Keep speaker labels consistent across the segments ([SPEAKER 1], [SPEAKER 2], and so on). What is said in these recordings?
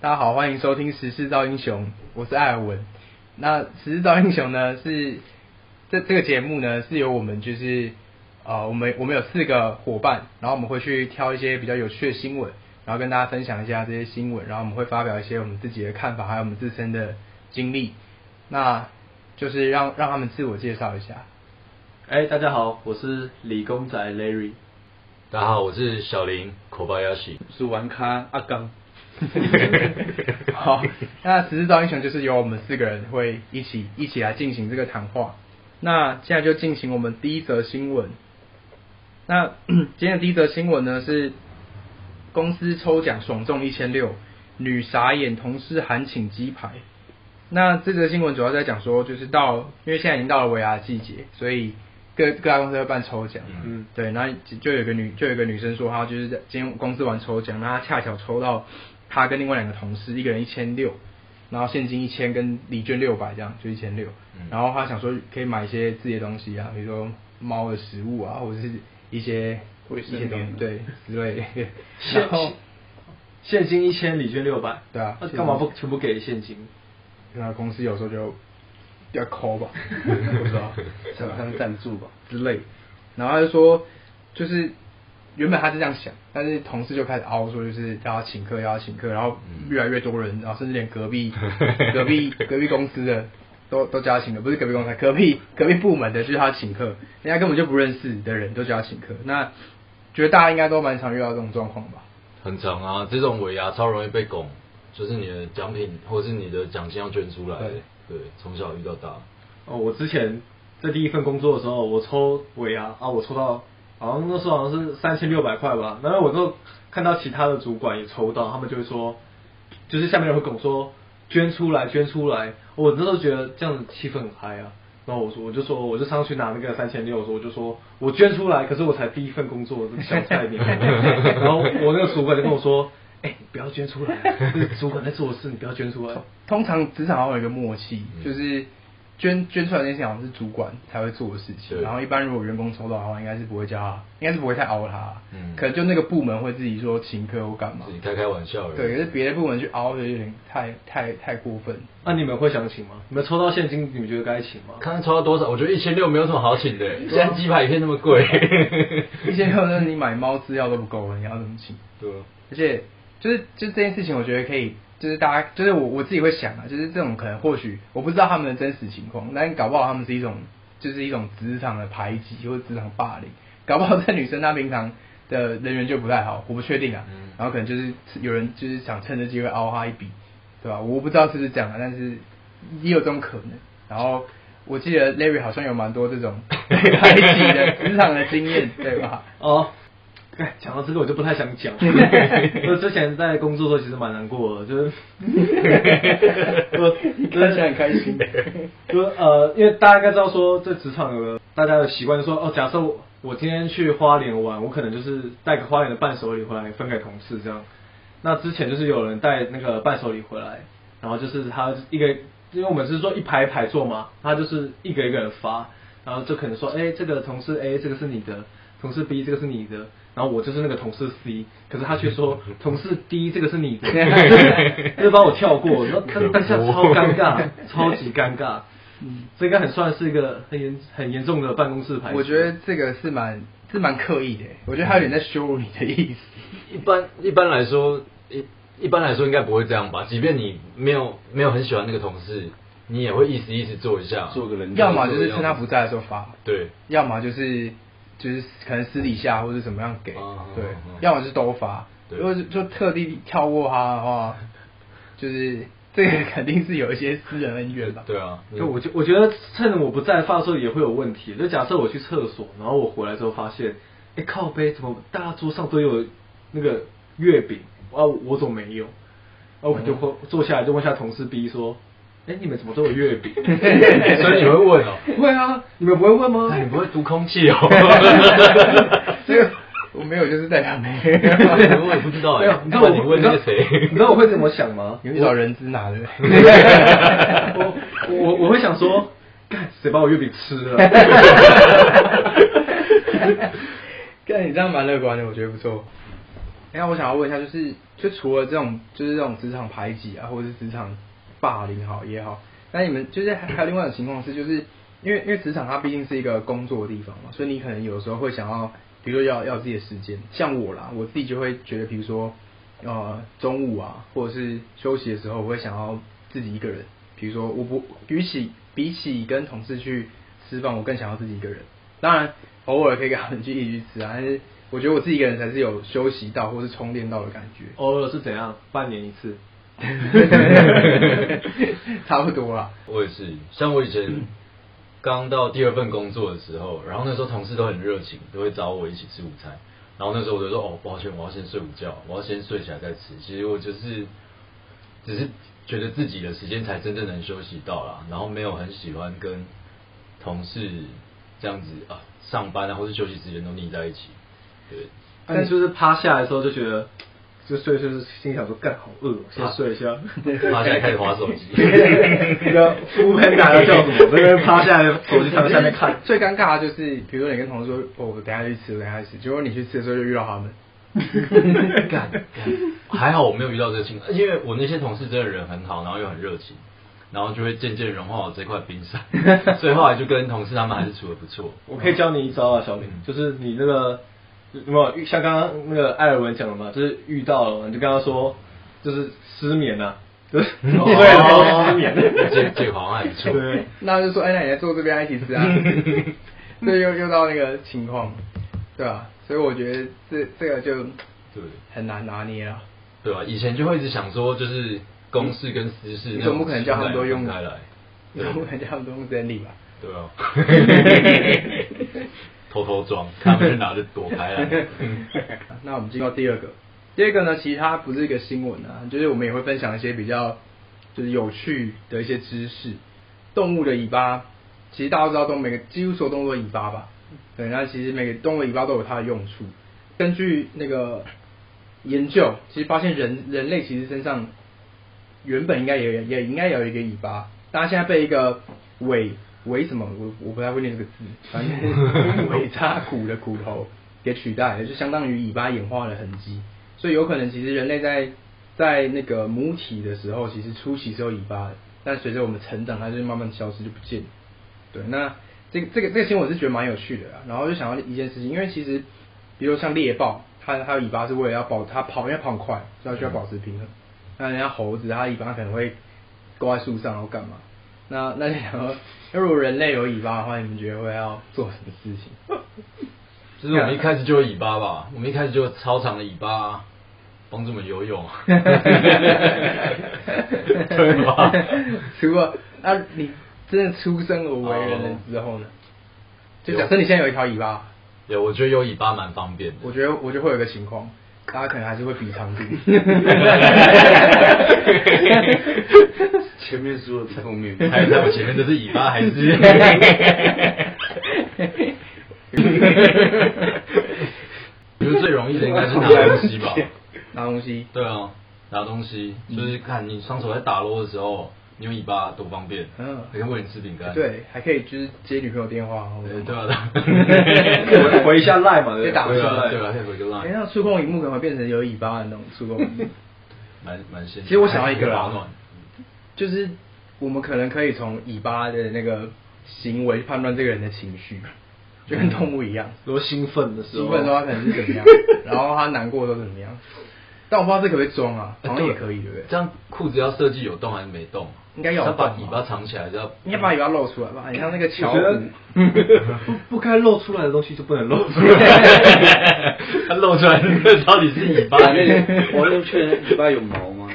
[SPEAKER 1] 大家好，欢迎收听《时事造英雄》，我是艾尔文。那《时事造英雄》呢，是这这个节目呢，是由我们就是呃，我们我们有四个伙伴，然后我们会去挑一些比较有趣的新闻，然后跟大家分享一下这些新闻，然后我们会发表一些我们自己的看法，还有我们自身的经历。那就是让让他们自我介绍一下。
[SPEAKER 2] 哎、大家好，我是理工仔 Larry。
[SPEAKER 3] 大家好，我是小林口巴亚喜。
[SPEAKER 2] 是玩咖阿刚。
[SPEAKER 1] 好，那《十四招英雄》就是由我们四个人会一起一起来进行这个谈话。那现在就进行我们第一则新闻。那 今天的第一则新闻呢是公司抽奖爽中一千六，女傻眼同事喊请鸡排。那这则新闻主要在讲说，就是到因为现在已经到了尾牙季节，所以各各家公司会办抽奖。
[SPEAKER 2] 嗯
[SPEAKER 1] 对，然后就就有一个女就有一个女生说，她就是在今天公司玩抽奖，然后她恰巧抽到她跟另外两个同事，一个人一千六，然后现金一千跟礼券六百这样，就一千六。
[SPEAKER 2] 嗯
[SPEAKER 1] 然后她想说可以买一些自己的东西啊，比如说猫的食物啊，或者是一些
[SPEAKER 2] 卫生
[SPEAKER 1] 一些东西
[SPEAKER 2] 棉
[SPEAKER 1] 对之类的。
[SPEAKER 2] 现
[SPEAKER 1] 然后
[SPEAKER 2] 现金一千，礼券六百。
[SPEAKER 1] 对啊
[SPEAKER 2] 那干嘛不全部给现金？
[SPEAKER 1] 那公司有时候就比较抠 吧，不知道，想他们赞助吧之类。然后他就说，就是原本他是这样想，但是同事就开始凹说，就是要请客，要请客，然后越来越多人，然后甚至连隔 壁隔壁隔壁公司的都都叫他请客，不是隔壁公司，隔壁隔壁部门的就是他请客，人家根本就不认识的人都叫他请客。那觉得大家应该都蛮常遇到这种状况吧？
[SPEAKER 3] 很长啊，这种尾牙超容易被拱，就是你的奖品或是你的奖金要捐出来。
[SPEAKER 1] 对
[SPEAKER 3] 对，从小遇到大。
[SPEAKER 2] 哦，我之前在第一份工作的时候，我抽尾牙啊，我抽到好像那时候好像是三千六百块吧。然后我都看到其他的主管也抽到，他们就会说，就是下面人会跟我说捐出来，捐出来。我那时候觉得这样子气氛很嗨啊。然后我说，我就说，我就上去拿那个三千六，我说，我就说我捐出来，可是我才第一份工作，这个小菜鸟。然后我那个主管就跟我说，哎、你不要捐出来啊，这是主管在做事，你不要捐出来。
[SPEAKER 1] 通常职场好像有一个默契，
[SPEAKER 3] 嗯
[SPEAKER 1] 就是捐捐出来这件事情好像是主管才会做的事情，
[SPEAKER 3] 对
[SPEAKER 1] 然后一般如果员工抽到的话，应该是不会叫他，应该是不会太熬他，
[SPEAKER 3] 嗯
[SPEAKER 1] 可能就那个部门会自己说请客或干嘛
[SPEAKER 3] 自，己开开玩笑而已。
[SPEAKER 1] 对，可是别的部门去熬的有点太太太过分，
[SPEAKER 2] 那、你们会想请吗？你们抽到现金，你们觉得该请吗？
[SPEAKER 3] 看看抽到多少，我觉得一千六没有什么好请的，现在鸡排一片那么贵。
[SPEAKER 1] 一些可能你买猫饲料都不够了，你要怎么请？
[SPEAKER 3] 对啊，
[SPEAKER 1] 而且就是就这件事情，我觉得可以，就是大家就是我我自己会想啊，就是这种可能或许我不知道他们的真实情况，但搞不好他们是一种就是一种职场的排挤或者职场霸凌，搞不好这女生她平常的人缘就不太好，我不确定啊，
[SPEAKER 3] 嗯
[SPEAKER 1] 然后可能就是有人就是想趁这机会凹她一笔，对吧？我不知道是不是这样啊，但是也有这种可能，然后。我记得 Larry 好像有蛮多这种 被排挤的职场的经验，对吧？
[SPEAKER 2] 哦，哎，讲到这个我就不太想 讲。我之前在工作的时候其实蛮难过的，就是 我
[SPEAKER 1] 你看起来很开心。
[SPEAKER 2] 就呃，因为大家应该知道说，在职场有个大家的习惯，就说哦，假设我我今天去花莲玩，我可能就是带个花莲的伴手礼回来分给同事这样。那之前就是有人带那个伴手礼回来，然后就是他一个，因为我们是说一排一排做嘛，他就是一个一个人发，然后就可能说，哎、这个同事 A 这个是你的，同事 B 这个是你的，然后我就是那个同事 C，可是他却说同事 D 这个是你的，就是把我跳过，然后当当下超尴尬，超级尴尬。这应该很算是一个很严很严重的办公室排挤。
[SPEAKER 1] 我觉得这个是蛮是蛮刻意的，我觉得他有点在羞辱你的意思。
[SPEAKER 3] 一般一般来说，一一般来说应该不会这样吧？即便你没有没有很喜欢那个同事，你也会意思意思做一下，做个人
[SPEAKER 1] 要么就是趁他不在的时候发，
[SPEAKER 3] 对，
[SPEAKER 1] 要么就是就是可能私底下或者怎么样给，
[SPEAKER 3] 哦
[SPEAKER 1] 对
[SPEAKER 3] 哦哦，
[SPEAKER 1] 要么就是都发。
[SPEAKER 3] 对
[SPEAKER 1] 如果是就特地跳过他的话，就是这个肯定是有一些私人恩怨吧。
[SPEAKER 3] 对啊，
[SPEAKER 2] 就我觉我觉得趁我不在发的时候也会有问题。就假设我去厕所，然后我回来之后发现，哎、靠背怎么大家桌上都有那个月饼，啊我怎么没有？啊我可能就
[SPEAKER 3] 嗯
[SPEAKER 2] 会坐下来就问一下同事 B 说，哎、你们怎么都有月 饼？
[SPEAKER 3] 所以你会问哦、
[SPEAKER 2] 会啊，你们不会问吗？
[SPEAKER 3] 哎 那你不会读空气哦、
[SPEAKER 1] 这个我没有，就是代表没有。
[SPEAKER 3] 我也 不知道
[SPEAKER 2] 没
[SPEAKER 3] 哎、
[SPEAKER 2] 有，你知道
[SPEAKER 3] 那
[SPEAKER 2] 我
[SPEAKER 3] 你问那个谁
[SPEAKER 2] 你知道我会怎么想 吗？
[SPEAKER 1] 有一找人资拿的，
[SPEAKER 2] 我我我会想说，干谁把我月饼吃了？
[SPEAKER 1] 但你这样蛮乐观的，我觉得不错。哎、那我想要问一下，就是就除了这种就是这种职场排挤啊，或者是职场霸凌好也好，那你们就是还还有另外一种情况是，就是因为因为职场它毕竟是一个工作的地方嘛，所以你可能有时候会想要，比如说要要有自己的时间，像我啦，我自己就会觉得，比如说呃中午啊，或者是休息的时候，我会想要自己一个人，比如说我不比起比起跟同事去吃饭，我更想要自己一个人。当然，偶尔可以跟他们去一起去吃啊，但是我觉得我自己一个人才是有休息到或是充电到的感 觉，
[SPEAKER 2] 偶尔是怎样？半年一次。
[SPEAKER 1] 差不多啦。
[SPEAKER 3] 我也是，像我以前刚到第二份工作的时候，然后那时候同事都很热情，都会找我一起吃午餐。然后那时候我就说，哦，抱歉，我要先睡午觉，我要先睡起来再吃。其实我就是只是觉得自己的时间才真正能休息到啦，然后没有很喜欢跟同事这样子啊，上班啊或是休息时间都腻在一起。 对，
[SPEAKER 2] 那啊你是不是趴下来的时候就觉得，就睡睡，心里想说干好饿哦，先
[SPEAKER 3] 趴
[SPEAKER 2] 睡一下。
[SPEAKER 3] 然后现在开始划手机。
[SPEAKER 2] 那服务员打要叫什么？那边趴下来，手机躺下面看。
[SPEAKER 1] 最尴尬的就是，比如说你跟同事说，哦，我等一下去吃，我等一下去吃，结果你去吃的时候就遇到他们。
[SPEAKER 3] 干，干 还好我没有遇到这个情况，因为我那些同事真的人很好，然后又很热情，然后就会渐渐融化我这块 冰山，所以后来就跟同事他们还是处的不错。
[SPEAKER 2] 我可以教你一招啊，小明，就是你那个有没有像刚刚那个艾尔文讲的嘛，就是遇到了你就跟他说，就是失眠啊， 就是对
[SPEAKER 3] 哦
[SPEAKER 2] 了，失 眠。
[SPEAKER 3] 这这个好啊像还不错。
[SPEAKER 2] 对，
[SPEAKER 1] 那就说，哎，那你来坐这边一起吃啊。 所以又又到那个情况，对啊，所以我觉得这这个就
[SPEAKER 3] 对
[SPEAKER 1] 很难拿捏了。
[SPEAKER 3] 对吧？以前就会一直想说，就是公事跟私事
[SPEAKER 1] 你
[SPEAKER 3] 那
[SPEAKER 1] 总
[SPEAKER 3] 种
[SPEAKER 1] 不可能叫他们都用
[SPEAKER 3] 分开来，
[SPEAKER 1] 你 总不可能叫他们都用真理吧？
[SPEAKER 3] 对啊，偷偷装，看他们去哪就躲开 来。
[SPEAKER 1] 那我们进到第二个，第二个呢，其实它不是一个新闻啊，就是我们也会分享一些比较就是有趣的一些知识。动物的尾巴，其实大家都知道动物每个几乎所有动物都有尾巴吧？对，那其实每个动物的尾巴都有它的用处。根据那个研究，其实发现人人类其实身上原本应该也有也应该有一个尾巴，但它现在被一个尾尾什么，我我不太会念这个字，反正就是尾叉骨的骨头给取代了，就相当于尾巴演化的痕迹。所以有可能其实人类在在那个母体的时候，其实初期是有尾巴的，但随着我们成长，它就慢慢消失就不见了。对，那这个这个这个新闻我是觉得蛮有趣的啦，啊然后就想到一件事情，因为其实比如像猎豹，它它的尾巴是为了要保它跑，因为它跑很快，所以它需要保持平衡。那人家猴子，它尾巴可能会勾在树上，然后干嘛？那那就想说，如果人类有尾巴的话，你们觉得会要做什么事情？
[SPEAKER 3] 就是我们一开始就有尾巴吧，我们一开始就有超长的尾巴啊，帮助我们游泳，对吧？
[SPEAKER 1] 除了啊，你真的出生而为人
[SPEAKER 3] 哦
[SPEAKER 1] 了之后呢？就假设你现在有一条尾巴，
[SPEAKER 3] 有，我觉得有尾巴蛮方便的。
[SPEAKER 1] 我觉得我就会有一个情况，大家可能还是会比长度。
[SPEAKER 4] 前面输了比后
[SPEAKER 1] 嗯
[SPEAKER 4] 面
[SPEAKER 3] 还有在我前面这是尾巴还是？ 我觉得最容易的应该是拿东西吧。
[SPEAKER 1] 拿东西，
[SPEAKER 3] 对啊，拿东西
[SPEAKER 1] 嗯
[SPEAKER 3] 就是看你双手在打撸的时候，你有尾巴多方便。
[SPEAKER 1] 嗯
[SPEAKER 3] 还可以喂你吃饼干。
[SPEAKER 1] 对，还可以就是接女朋友电话，
[SPEAKER 3] 对，对
[SPEAKER 1] 对
[SPEAKER 3] 啊，
[SPEAKER 2] 回回一下赖嘛， 对
[SPEAKER 1] 被打
[SPEAKER 2] 吧
[SPEAKER 1] 回
[SPEAKER 3] 对
[SPEAKER 1] 一下
[SPEAKER 3] 啊，
[SPEAKER 1] 赖
[SPEAKER 3] 对啊，可以回个
[SPEAKER 1] 哎、
[SPEAKER 3] line，
[SPEAKER 1] 那触控荧幕可能会变成有尾巴的那种触 控荧幕，
[SPEAKER 3] 蛮蛮先进。
[SPEAKER 1] 其实我想要一个啦
[SPEAKER 3] 保暖。
[SPEAKER 1] 就是我们可能可以从尾巴的那个行为判断这个人的情绪，
[SPEAKER 3] 嗯
[SPEAKER 1] 就跟动物一样，
[SPEAKER 2] 如果兴奋的
[SPEAKER 3] 哦
[SPEAKER 2] 时候，
[SPEAKER 1] 兴奋的时候他 可能是怎么样， 然后他难过的时候怎么样。但我不知道这可不可以装啊，
[SPEAKER 3] 哎
[SPEAKER 1] 好像也可以，对不对？
[SPEAKER 3] 这样裤子要设计有洞还是没洞？啊
[SPEAKER 1] 应该要有
[SPEAKER 3] 要
[SPEAKER 1] 洞吧
[SPEAKER 3] 把尾巴藏起来，就要
[SPEAKER 1] 应该把尾巴露出来
[SPEAKER 3] 嗯
[SPEAKER 1] 吧，你像那个
[SPEAKER 2] 我
[SPEAKER 1] 乔
[SPEAKER 2] 觉得
[SPEAKER 1] 布，
[SPEAKER 2] 不不该露出来的东西就不能露出来。
[SPEAKER 3] 它露出来，那到底是 尾巴
[SPEAKER 4] 反正我又确认尾巴有毛吗？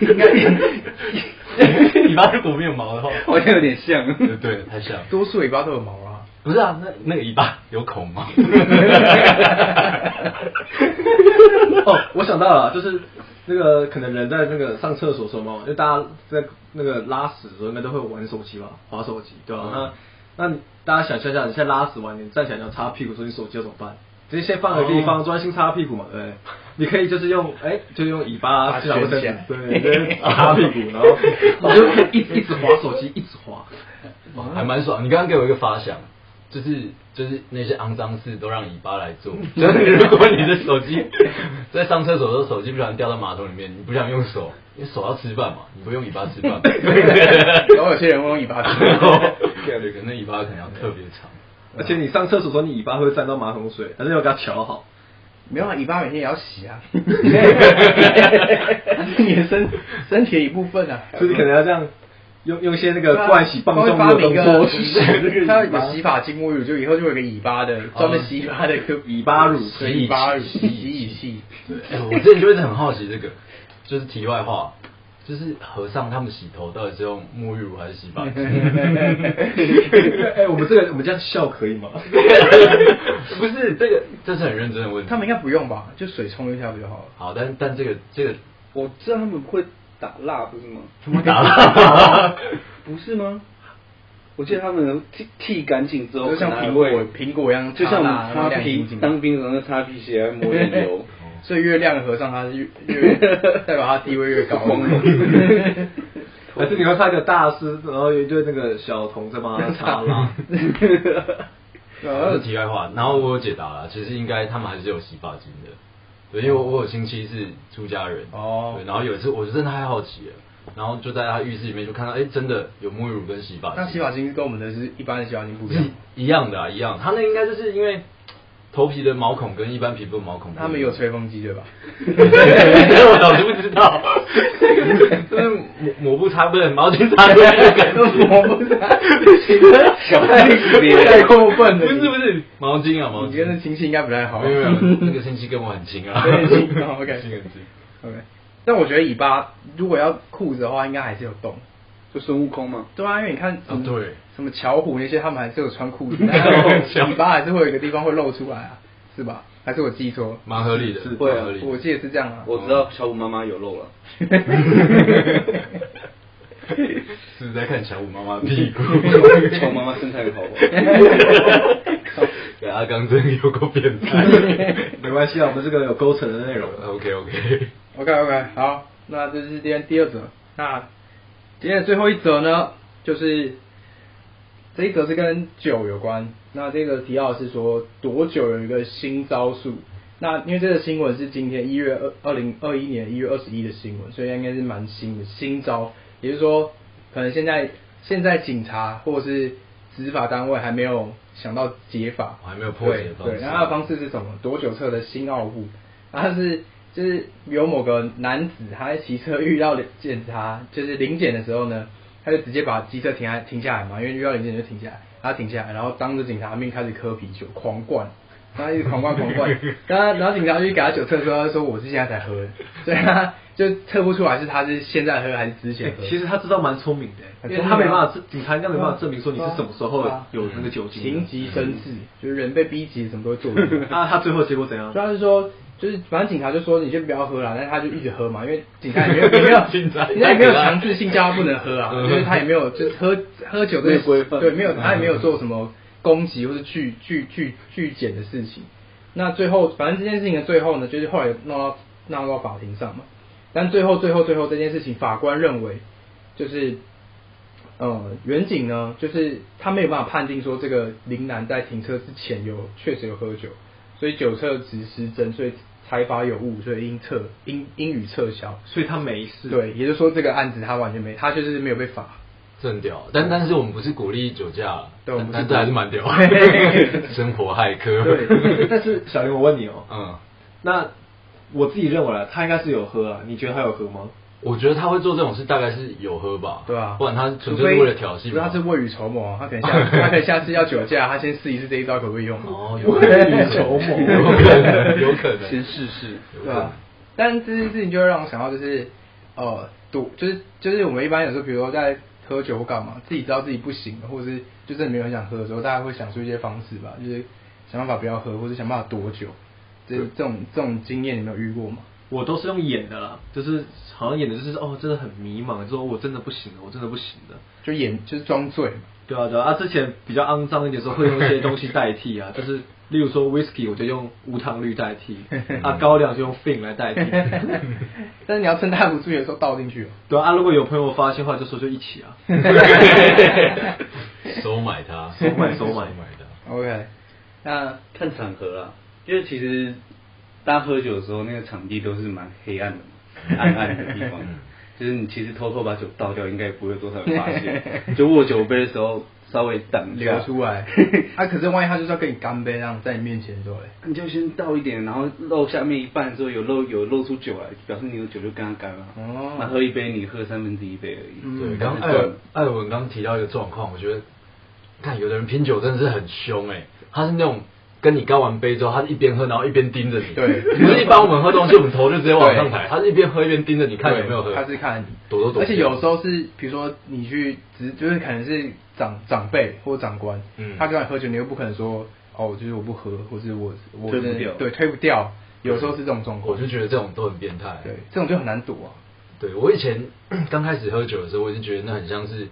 [SPEAKER 1] 应该
[SPEAKER 3] 尾巴如果没有毛的话，
[SPEAKER 4] 好像有点像。
[SPEAKER 3] 对对，太像。
[SPEAKER 1] 多数尾巴都有毛啦。
[SPEAKER 3] 不是啊，那那个尾巴有孔 吗？
[SPEAKER 2] 哦，我想到了，就是那个可能人在那个上厕所的时候嘛，就大家在那个拉屎的时候，应该都会玩手机吧，划手机，对吧、
[SPEAKER 3] 嗯
[SPEAKER 2] 那那你大家想象一下，你现在拉屎完，你站起来你要擦屁股，所以你手机要怎么办？直接先放个地
[SPEAKER 1] 哦
[SPEAKER 2] 方，专心擦屁股嘛，对不对。你可以就是用，哎、就用尾巴
[SPEAKER 1] 把它
[SPEAKER 2] 去拿卫生
[SPEAKER 1] 卷
[SPEAKER 2] 纸
[SPEAKER 1] 起来，
[SPEAKER 2] 对，就是擦屁股，然后 你就一一直划手机，一直划。
[SPEAKER 3] 哦还蛮爽。你刚刚给我一个发想，就是就是那些肮脏事都让尾巴来 做。就是如果你的手机在上厕所的时候，手机不小心掉到马桶里面，你不想用手，因为手要吃饭嘛，你不用尾巴吃 饭。
[SPEAKER 1] 然后有些人会用尾巴吃，
[SPEAKER 3] 对，可能尾巴可能要特别长。
[SPEAKER 2] 而且你上厕所的时候，你尾巴会沾到马桶水，还是要给它调好？
[SPEAKER 1] 没有啊，尾巴每天也要洗啊，它是你的身身体的一部分啊，
[SPEAKER 2] 就是可能要这样用用一些那个盥洗棒
[SPEAKER 1] 它 会
[SPEAKER 2] 状
[SPEAKER 1] 发
[SPEAKER 2] 的
[SPEAKER 1] 明一
[SPEAKER 2] 动作
[SPEAKER 1] 个
[SPEAKER 2] 去洗那个尾
[SPEAKER 1] 它有一
[SPEAKER 2] 巴
[SPEAKER 1] 个洗发精沐浴乳，就以后就有一个尾巴的，专门洗尾巴的一个
[SPEAKER 2] 尾巴乳
[SPEAKER 1] 对尾巴乳洗衣器。
[SPEAKER 3] 对，哎我之前就一直很好奇这个，就是题外话，就是和尚他们洗头到底是用沐浴乳还是洗 发精？
[SPEAKER 2] 哎、我们这个我们这样笑 可以吗？
[SPEAKER 3] 不是这个，这是很认真的问题。
[SPEAKER 1] 他们应该不用吧？就水冲一下不就好了？
[SPEAKER 3] 好，但但这个这个
[SPEAKER 4] 我知道他们会打蜡，不是吗？
[SPEAKER 3] 怎么打 了？
[SPEAKER 4] 不是吗？我记得他们剃剃干净之后，
[SPEAKER 1] 就像
[SPEAKER 4] 可能还
[SPEAKER 1] 苹果
[SPEAKER 4] 会
[SPEAKER 1] 苹果一样
[SPEAKER 4] 就像我
[SPEAKER 1] 擦蜡
[SPEAKER 4] 们
[SPEAKER 1] 然后
[SPEAKER 4] 擦
[SPEAKER 1] 亮
[SPEAKER 4] 皮
[SPEAKER 1] 晶晶
[SPEAKER 4] 当兵的时候擦皮鞋，还抹 点油。
[SPEAKER 1] 所以月亮的和尚他是越越代表他地位越高。
[SPEAKER 4] 光荣
[SPEAKER 2] 还是你会派个大师，然后有一对那个小童在帮他擦 蜡？
[SPEAKER 1] 呃
[SPEAKER 3] 这是题外话，然后我有解答了，其实应该他们还是有洗发精的，对，因为我我有亲戚是出家人，
[SPEAKER 1] 哦
[SPEAKER 3] 对，然后有一次我就真的太好奇了，然后就在他浴室里面就看到，哎，真的有沐浴乳跟洗发精，
[SPEAKER 1] 那洗发精跟我们的是一般的洗发精不一
[SPEAKER 3] 是
[SPEAKER 1] 样，
[SPEAKER 3] 一样的啊，一样，他那应该就是因为头皮的毛孔跟一般皮肤的毛孔不一样，
[SPEAKER 1] 他们有吹风机对吧？
[SPEAKER 3] 我早就不 知道，就是抹抹布擦不是毛巾擦出来的感觉，
[SPEAKER 1] 抹不是，
[SPEAKER 4] 小太别
[SPEAKER 1] 太过分
[SPEAKER 3] 不
[SPEAKER 1] 了。
[SPEAKER 3] 是不是毛巾啊毛
[SPEAKER 1] 你
[SPEAKER 3] 巾
[SPEAKER 1] 今天，的亲戚应该不太好。
[SPEAKER 3] 没有没有，那个星期跟我很亲啊，
[SPEAKER 1] 对很亲哦，OK
[SPEAKER 3] 很亲很亲。
[SPEAKER 1] OK，但我觉得尾巴如果要裤子的话，应该还是有洞。
[SPEAKER 4] 就孙悟空嘛，
[SPEAKER 1] 对啊，因为你看什么、
[SPEAKER 3] 啊对
[SPEAKER 1] 什么巧虎那些，他们还是有穿裤子， 但是尾巴还是会有一个地方会露出来啊，是吧？还是我记错？
[SPEAKER 3] 蛮合理的，
[SPEAKER 4] 会啊
[SPEAKER 3] 蛮合理的
[SPEAKER 1] 我记得是这样啊。
[SPEAKER 4] 我知道小虎妈妈有肉了。
[SPEAKER 3] 是不是在看小五妈妈屁股？
[SPEAKER 4] 小虎妈妈身材很好吧？
[SPEAKER 3] 对，阿刚真的有够变 态。
[SPEAKER 2] 没关系啊，我们这个有勾成 的内容。
[SPEAKER 3] OK OK，
[SPEAKER 1] OK OK，好，那这是今天第二则。那今天的最后一则呢，就是这一则是跟酒有关。那这个提到的是说躲酒有一个新招数。那因为这个新闻是今天一月二二零二一年一月二十一的新闻，所以应该是蛮新的新招，也就是说，可能现在现在警察或者是执法单位还没有想到解法，
[SPEAKER 3] 还没有破解的方式
[SPEAKER 1] 对，对然后它的方式是什么？躲酒车的新奥步，它是就是有某个男子他在骑车遇到检查，就是临检的时候呢，他就直接把机车停下停下来嘛，因为遇到临检就停下来，他停下来，然后当着警察的面开始喝啤酒，狂灌。然后一直狂灌狂灌， 然后然后警察就去给他酒测的时候，他说我是现在才喝的，所以他就测不出来是他是现在喝还是之前
[SPEAKER 2] 欸
[SPEAKER 1] 喝。
[SPEAKER 2] 其实他知道蛮聪明的，
[SPEAKER 1] 很
[SPEAKER 2] 因
[SPEAKER 1] 聪
[SPEAKER 2] 为
[SPEAKER 1] 明啊啊
[SPEAKER 2] 他没办法，警察应该没办法证明说你是什么时候有那个酒精
[SPEAKER 1] 情
[SPEAKER 2] 的。
[SPEAKER 1] 急生智，就是人被逼急，什么都会做得出来。
[SPEAKER 2] 啊，他最后结果怎样
[SPEAKER 1] 主？要是说，就是反正警察就说你先不要喝了，但是他就一直喝嘛，因为警察也没 有也没有
[SPEAKER 3] 警察
[SPEAKER 1] 人家也没有强制性叫他不能喝啊，
[SPEAKER 3] 嗯
[SPEAKER 1] 就是他也没有就是喝喝酒这
[SPEAKER 4] 没有规范
[SPEAKER 1] 对没有他也没有做什么攻击或是拒拒拒拒检的事情。那最后反正这件事情的最后呢，就是后来闹到闹到法庭上嘛，但最后最后最后这件事情，法官认为就是呃，远景呢，就是他没有办法判定说这个林南在停车之前有确实有喝酒，所以酒测值失真，所以裁罚有误，所以应撤应应予撤销。
[SPEAKER 2] 所以他没事。，
[SPEAKER 1] 对，也就是说这个案子他完全没，他就是没有被罚。
[SPEAKER 3] 真屌。但但是我们不是鼓励酒驾啦，
[SPEAKER 1] 对我们不
[SPEAKER 3] 但
[SPEAKER 1] 是
[SPEAKER 3] 但这还是蛮屌。生活骇客。
[SPEAKER 1] 对，
[SPEAKER 2] 但是小林，我问你哦，
[SPEAKER 3] 嗯，
[SPEAKER 2] 那我自己认为啊，他应该是有喝啊，你觉得他有喝吗？
[SPEAKER 3] 我觉得他会做这种事，大概是有喝吧。
[SPEAKER 1] 对啊，
[SPEAKER 3] 不然他纯粹是为了挑衅
[SPEAKER 1] 除非
[SPEAKER 3] 吧。
[SPEAKER 1] 他是未雨绸缪，啊他可能下 他可能下次要酒驾，他先试一试这一招可不可以用。
[SPEAKER 3] 哦，有可能
[SPEAKER 2] 筹谋
[SPEAKER 3] 有可能，有可能。
[SPEAKER 4] 先试试。
[SPEAKER 3] 有可
[SPEAKER 1] 对
[SPEAKER 3] 能
[SPEAKER 1] 啊，但这件事情就会让我想到，就是呃，赌，就是就是我们一般有时候，比如说在喝酒或干嘛，自己知道自己不行了，或者是就真的没有很想喝的时候，大家会想出一些方式吧，就是想办法不要喝，或者想办法躲酒。这这种这种经验你没有遇过吗？
[SPEAKER 2] 我都是用演的啦，就是好像演的就是哦，真的很迷茫，说我真的不行了，我真的不行了。
[SPEAKER 1] 就演就是装醉嘛，
[SPEAKER 2] 对啊，对啊，啊之前比较肮脏一点的时候会用一些东西代替啊，就是例如说 whisky 我就用无糖绿代替，啊高粱就用 fin 来代替。
[SPEAKER 1] 但是你要趁大家不注意的时候倒进去哦。
[SPEAKER 2] 对啊，啊如果有朋友发现的话，就说就一起啊，
[SPEAKER 3] 收买他，
[SPEAKER 2] 收买收买
[SPEAKER 3] 收买他。
[SPEAKER 1] OK，那
[SPEAKER 4] 看场合啦，因为其实大家喝酒的时候，那个场地都是蛮黑暗的嘛，暗暗的地方，
[SPEAKER 1] 嗯
[SPEAKER 4] 就是你其实偷偷把酒倒掉，应该也不会有多少人发现。就握酒杯的时候稍微挡一下
[SPEAKER 1] 流出 来。啊，可是万一他就是要跟你干杯，这样在你面前的时候嘞，
[SPEAKER 4] 你就先倒一点，然后漏下面一半的时候有漏有漏出酒来，表示你有酒就跟他干了。
[SPEAKER 1] 哦
[SPEAKER 4] 那喝一杯你喝三分之一杯而已。
[SPEAKER 3] 对，
[SPEAKER 1] 嗯
[SPEAKER 3] 刚艾文艾文刚提到一个状况，我觉得，看有的人拼酒真的是很凶哎、他是那种跟你干完杯之后，他是一边喝然后一边盯着你，
[SPEAKER 1] 对
[SPEAKER 3] 不是一般我们喝东西我们头就直接往上
[SPEAKER 1] 对
[SPEAKER 3] 抬，他是一边喝一边盯着你看
[SPEAKER 1] 对
[SPEAKER 3] 有没有喝，
[SPEAKER 1] 他是看
[SPEAKER 3] 躲都躲不掉，
[SPEAKER 1] 而且有时候是，比如说你去，只是就是可能是长长辈或长官，
[SPEAKER 3] 嗯
[SPEAKER 1] 他跟你喝酒，你又不可能说哦，就是我不喝，或是我我
[SPEAKER 4] 推不掉
[SPEAKER 1] 对，推不掉，有时候是这种状
[SPEAKER 3] 我
[SPEAKER 1] 况，
[SPEAKER 3] 就觉得这种都很变态，
[SPEAKER 1] 对，这种就很难躲啊。
[SPEAKER 3] 对我以前 刚开始喝酒的时候，我就觉得那很像是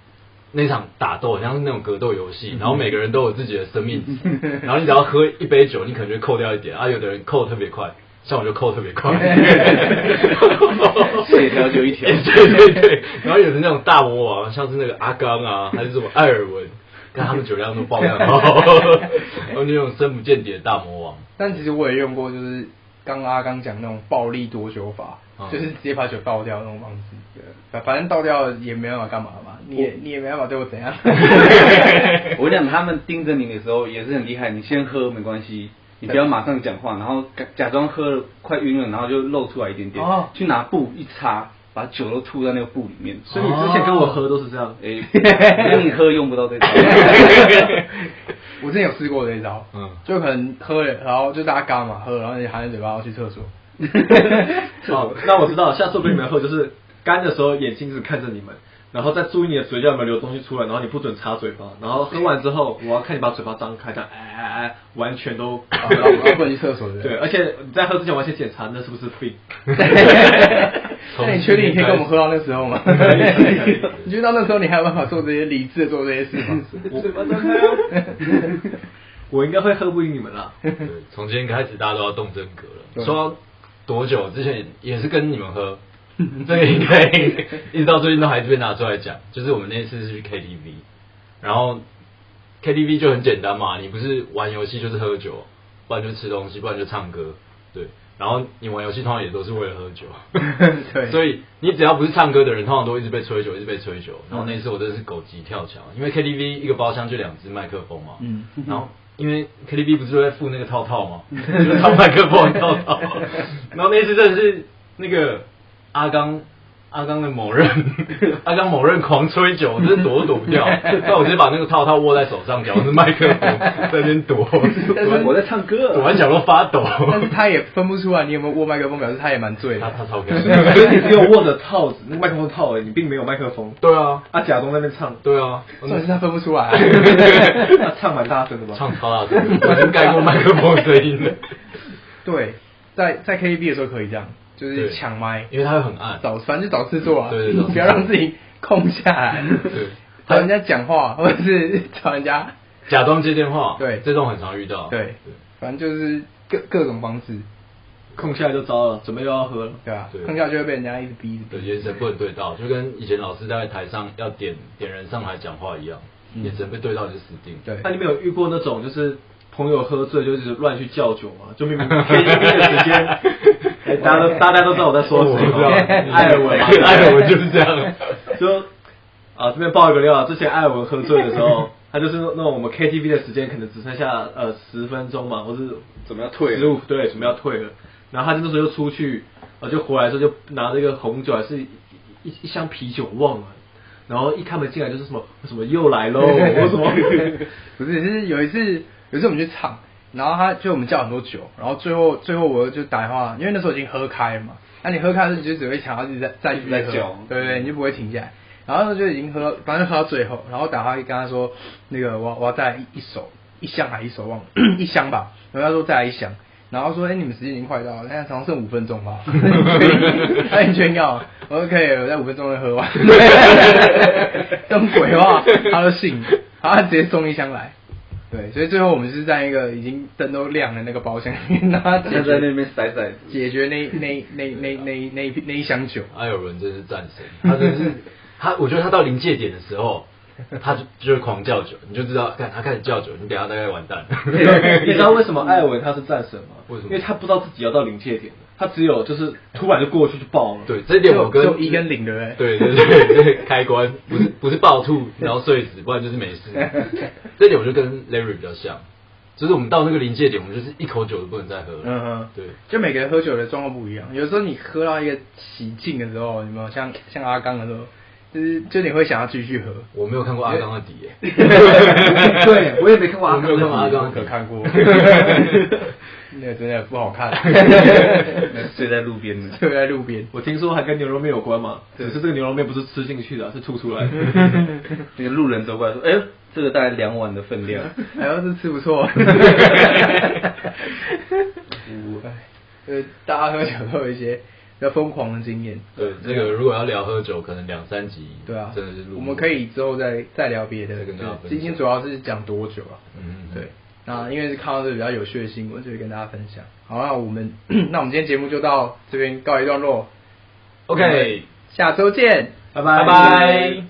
[SPEAKER 3] 那场打斗，很像是那种格斗游
[SPEAKER 4] 嗯
[SPEAKER 3] 戏，然后每个人都有自己的生命 值，然后你只要喝一杯酒，你可能就扣掉一点，啊，有的人扣特别快，像我就扣特别 快，
[SPEAKER 4] 是一条就一条
[SPEAKER 3] 对对对，然后有的那种大魔王，像是那个阿刚啊，还是什么艾尔文。看他们酒量都爆 量高，然后那种深不见底的大魔王，
[SPEAKER 1] 但其实我也用过，就是刚阿刚讲那种暴力夺酒法，
[SPEAKER 3] 嗯
[SPEAKER 1] 就是直接把酒倒掉那种方式。反反正倒掉也没办法干嘛嘛，你也你也没办法对我怎 样。
[SPEAKER 4] 我跟你讲，他们盯着你的时候也是很厉害。你先喝没关系，你不要马上讲话，然后假假装喝了快晕了，然后就露出来一点点，
[SPEAKER 1] 哦
[SPEAKER 4] 去拿布一擦，把酒都吐在那个布里面。
[SPEAKER 2] 所以你之前跟我喝都是这样，
[SPEAKER 4] 哎， 跟你喝用不到这招。
[SPEAKER 1] 我之前有试过这一招，
[SPEAKER 3] 嗯
[SPEAKER 1] 就可能喝了，然后就大家干嘛喝了，然后你含着嘴巴要去厕 所，哦
[SPEAKER 2] 好，哦那我知道了，下次我跟你们喝就是干的时候眼睛一直看着你们，然后再注意你的嘴角有没有流东西出来，然后你不准擦嘴巴，然后喝完之后我要看你把嘴巴张开，这样哎哎哎，完全都
[SPEAKER 1] 然后然后不能去厕所的。
[SPEAKER 2] 对，，而且你在喝之前我要先检查那是不是 free，
[SPEAKER 1] 那你确定你可以跟我们喝到那时候 吗？你觉得到那时候你还有办法做这些理智的做这些事 吗？
[SPEAKER 2] 嘴巴张开哦，我应该会喝不赢你们啦。
[SPEAKER 3] 对，从今天开始大家都要动真格了。
[SPEAKER 1] 对
[SPEAKER 3] 说到多久之前也是跟你们喝，这个应该一直到最近都还是被拿出来讲。就是我们那次是去 KTV，然后 KTV 就很简单嘛，你不是玩游戏就是喝酒，不然就吃东西，不然就唱歌，对。然后你玩游戏通常也都是为了喝酒，
[SPEAKER 1] 对
[SPEAKER 3] 所以你只要不是唱歌的人，通常都一直被吹酒，一直被吹酒。然后那次我真的是狗急跳墙，因为 KTV 一个包厢就两只麦克风嘛，
[SPEAKER 1] 嗯
[SPEAKER 3] 然后因为 KTV 不是都在附那个套套吗？就是套麦克风的套套。然后那次真的是那个阿刚。阿刚的某任， 阿刚某任狂吹酒，我真的躲都躲不 掉。那我直接把那个套套握在手上，假装是麦克风，在那边躲，
[SPEAKER 4] 我我在唱歌
[SPEAKER 3] 躲完角落发抖。
[SPEAKER 1] 但是他也分不出来你有没有握麦克风，表示他也蛮醉
[SPEAKER 3] 他
[SPEAKER 1] 的。
[SPEAKER 3] 他超开心。
[SPEAKER 2] 可是你只有握着套子，那个麦克风套而已，你并没有麦克风。
[SPEAKER 3] 对啊，
[SPEAKER 2] 啊，贾东在那边唱，
[SPEAKER 3] 对啊，
[SPEAKER 1] 重哦点是他分不出来、啊。
[SPEAKER 2] 他唱蛮大声的吧？
[SPEAKER 3] 唱啊超大声，我已经盖过麦克风的声音了。
[SPEAKER 1] 对，在在 KTV 的时候可以这样，就是
[SPEAKER 3] 对
[SPEAKER 1] 抢麦，
[SPEAKER 3] 因为它会很暗。
[SPEAKER 1] 找反正就找事做啊，
[SPEAKER 3] 对对找事做
[SPEAKER 1] 不要让自己空下来，
[SPEAKER 3] 对
[SPEAKER 1] 找人家讲话或者是 找人家，
[SPEAKER 3] 假装接电话，
[SPEAKER 1] 对
[SPEAKER 3] 这种很常遇到。
[SPEAKER 1] 对，反正就是各各种方式，
[SPEAKER 2] 空下来就糟了，准备又要喝了。
[SPEAKER 1] 对吧、
[SPEAKER 3] 对
[SPEAKER 1] 空下就会被人家一直逼，一直逼
[SPEAKER 3] 对，眼神不能对到，就跟以前老师在台上要点点人上台讲话一样，
[SPEAKER 1] 嗯
[SPEAKER 3] 眼神被对到就死定。
[SPEAKER 1] 对
[SPEAKER 2] 那你们有遇过那种就是朋友喝醉就是乱去叫酒吗？就明明 KTV 的时间，哎大家都大家都知道我在说谁
[SPEAKER 3] 我知道
[SPEAKER 2] 吗？艾尔文嘛，
[SPEAKER 3] 艾尔 文就是这 样。
[SPEAKER 2] 就啊，这边爆一个料啊，之前艾文喝醉的时候，他就是那种我们 KTV 的时间可能只剩下呃十分钟嘛，或是
[SPEAKER 4] 怎么要退了
[SPEAKER 2] 十五对，准备要退了。然后他就那时候就出去，啊，就回来的时候就拿着一个红酒还是一一一箱啤酒忘了，然后一开门进来就是什么什么又来喽，我什 么
[SPEAKER 1] 不是，就是有一次，有一次我们去唱，然后他就我们叫很多酒，然后最后最后我就打电话，因为那时候已经喝开了嘛，那你喝开的时候你就只会想要一直在再继续
[SPEAKER 4] 一直在
[SPEAKER 1] 喝
[SPEAKER 4] 叫
[SPEAKER 1] 对不对？你就不会停下来。然后那时候就已经喝，反正喝到最后，然后打电话跟他说，那个我我要再来一一手一箱还一手忘了 一箱吧，然后他说再来一箱。然后说，哎，你们时间已经快到了，现在好像剩五分钟 吧，那你确定要吗？我说可以，我在五分钟内喝完。 这种鬼话，他都信，然后他直接送一箱来。对，所以最后我们是在一个已经灯都亮的那个包厢里面，然后
[SPEAKER 4] 他
[SPEAKER 1] 解
[SPEAKER 4] 在那
[SPEAKER 1] 决
[SPEAKER 4] 边塞塞子，
[SPEAKER 1] 解决那那那那那那那那一箱酒。
[SPEAKER 3] 艾尔文真是战神，他真是他，我觉得他到临界点的时候，他就就会狂叫酒，你就知道，看他开始叫酒，你等一下大概完蛋了。
[SPEAKER 2] 你知道为什么艾文他是战神吗？
[SPEAKER 3] 为什么
[SPEAKER 2] 因为他不知道自己要到临界点了，他只有就是突然就过去就爆了。
[SPEAKER 3] 对，这一点我跟
[SPEAKER 1] 就一跟零，对不对？
[SPEAKER 3] 对对对对，开关不是不是暴吐，然后睡死，不然就是没事。这点我就跟 Larry 比较像，就是我们到那个临界点，我们就是一口酒都不能再喝了。
[SPEAKER 1] 嗯哼，
[SPEAKER 3] 对，
[SPEAKER 1] 就每个人喝酒的状况不一样。有时候你喝到一个起劲的时候，有没有像像阿刚的时候，就是就你会想要继续喝。
[SPEAKER 3] 我没有看过阿刚的底耶，
[SPEAKER 2] 对，我也没看过阿
[SPEAKER 3] 我没有
[SPEAKER 2] 甘的
[SPEAKER 3] 看过阿刚的
[SPEAKER 1] 可
[SPEAKER 3] 底。
[SPEAKER 1] 看 过，那个真的不好 看，
[SPEAKER 4] 那睡在路边的，
[SPEAKER 1] 就在路边。
[SPEAKER 2] 我听说还跟牛肉面有关嘛，只是这个牛肉面不是吃进去的啊，是吐出来的。
[SPEAKER 4] 那个路人走过来说：“哎呦，这个大概两碗的分量。
[SPEAKER 1] 哎呦，这吃不错。 呃，大家喝酒都有一些比较疯狂的经验，
[SPEAKER 3] 对，这个如果要聊喝酒，可能两三集，
[SPEAKER 1] 对啊，
[SPEAKER 3] 真的是录。
[SPEAKER 1] 我们可，以之后再再聊别的
[SPEAKER 3] 再跟大家分。享
[SPEAKER 1] 今天主要是讲多久啊？
[SPEAKER 3] 嗯，嗯
[SPEAKER 1] 对，，那因为是看到这个比较有趣的新闻，就会跟大家分享。好，那我们 那我们今天节目就到这边告一段落
[SPEAKER 3] OK
[SPEAKER 1] 下周见，
[SPEAKER 2] 拜拜
[SPEAKER 1] 拜拜。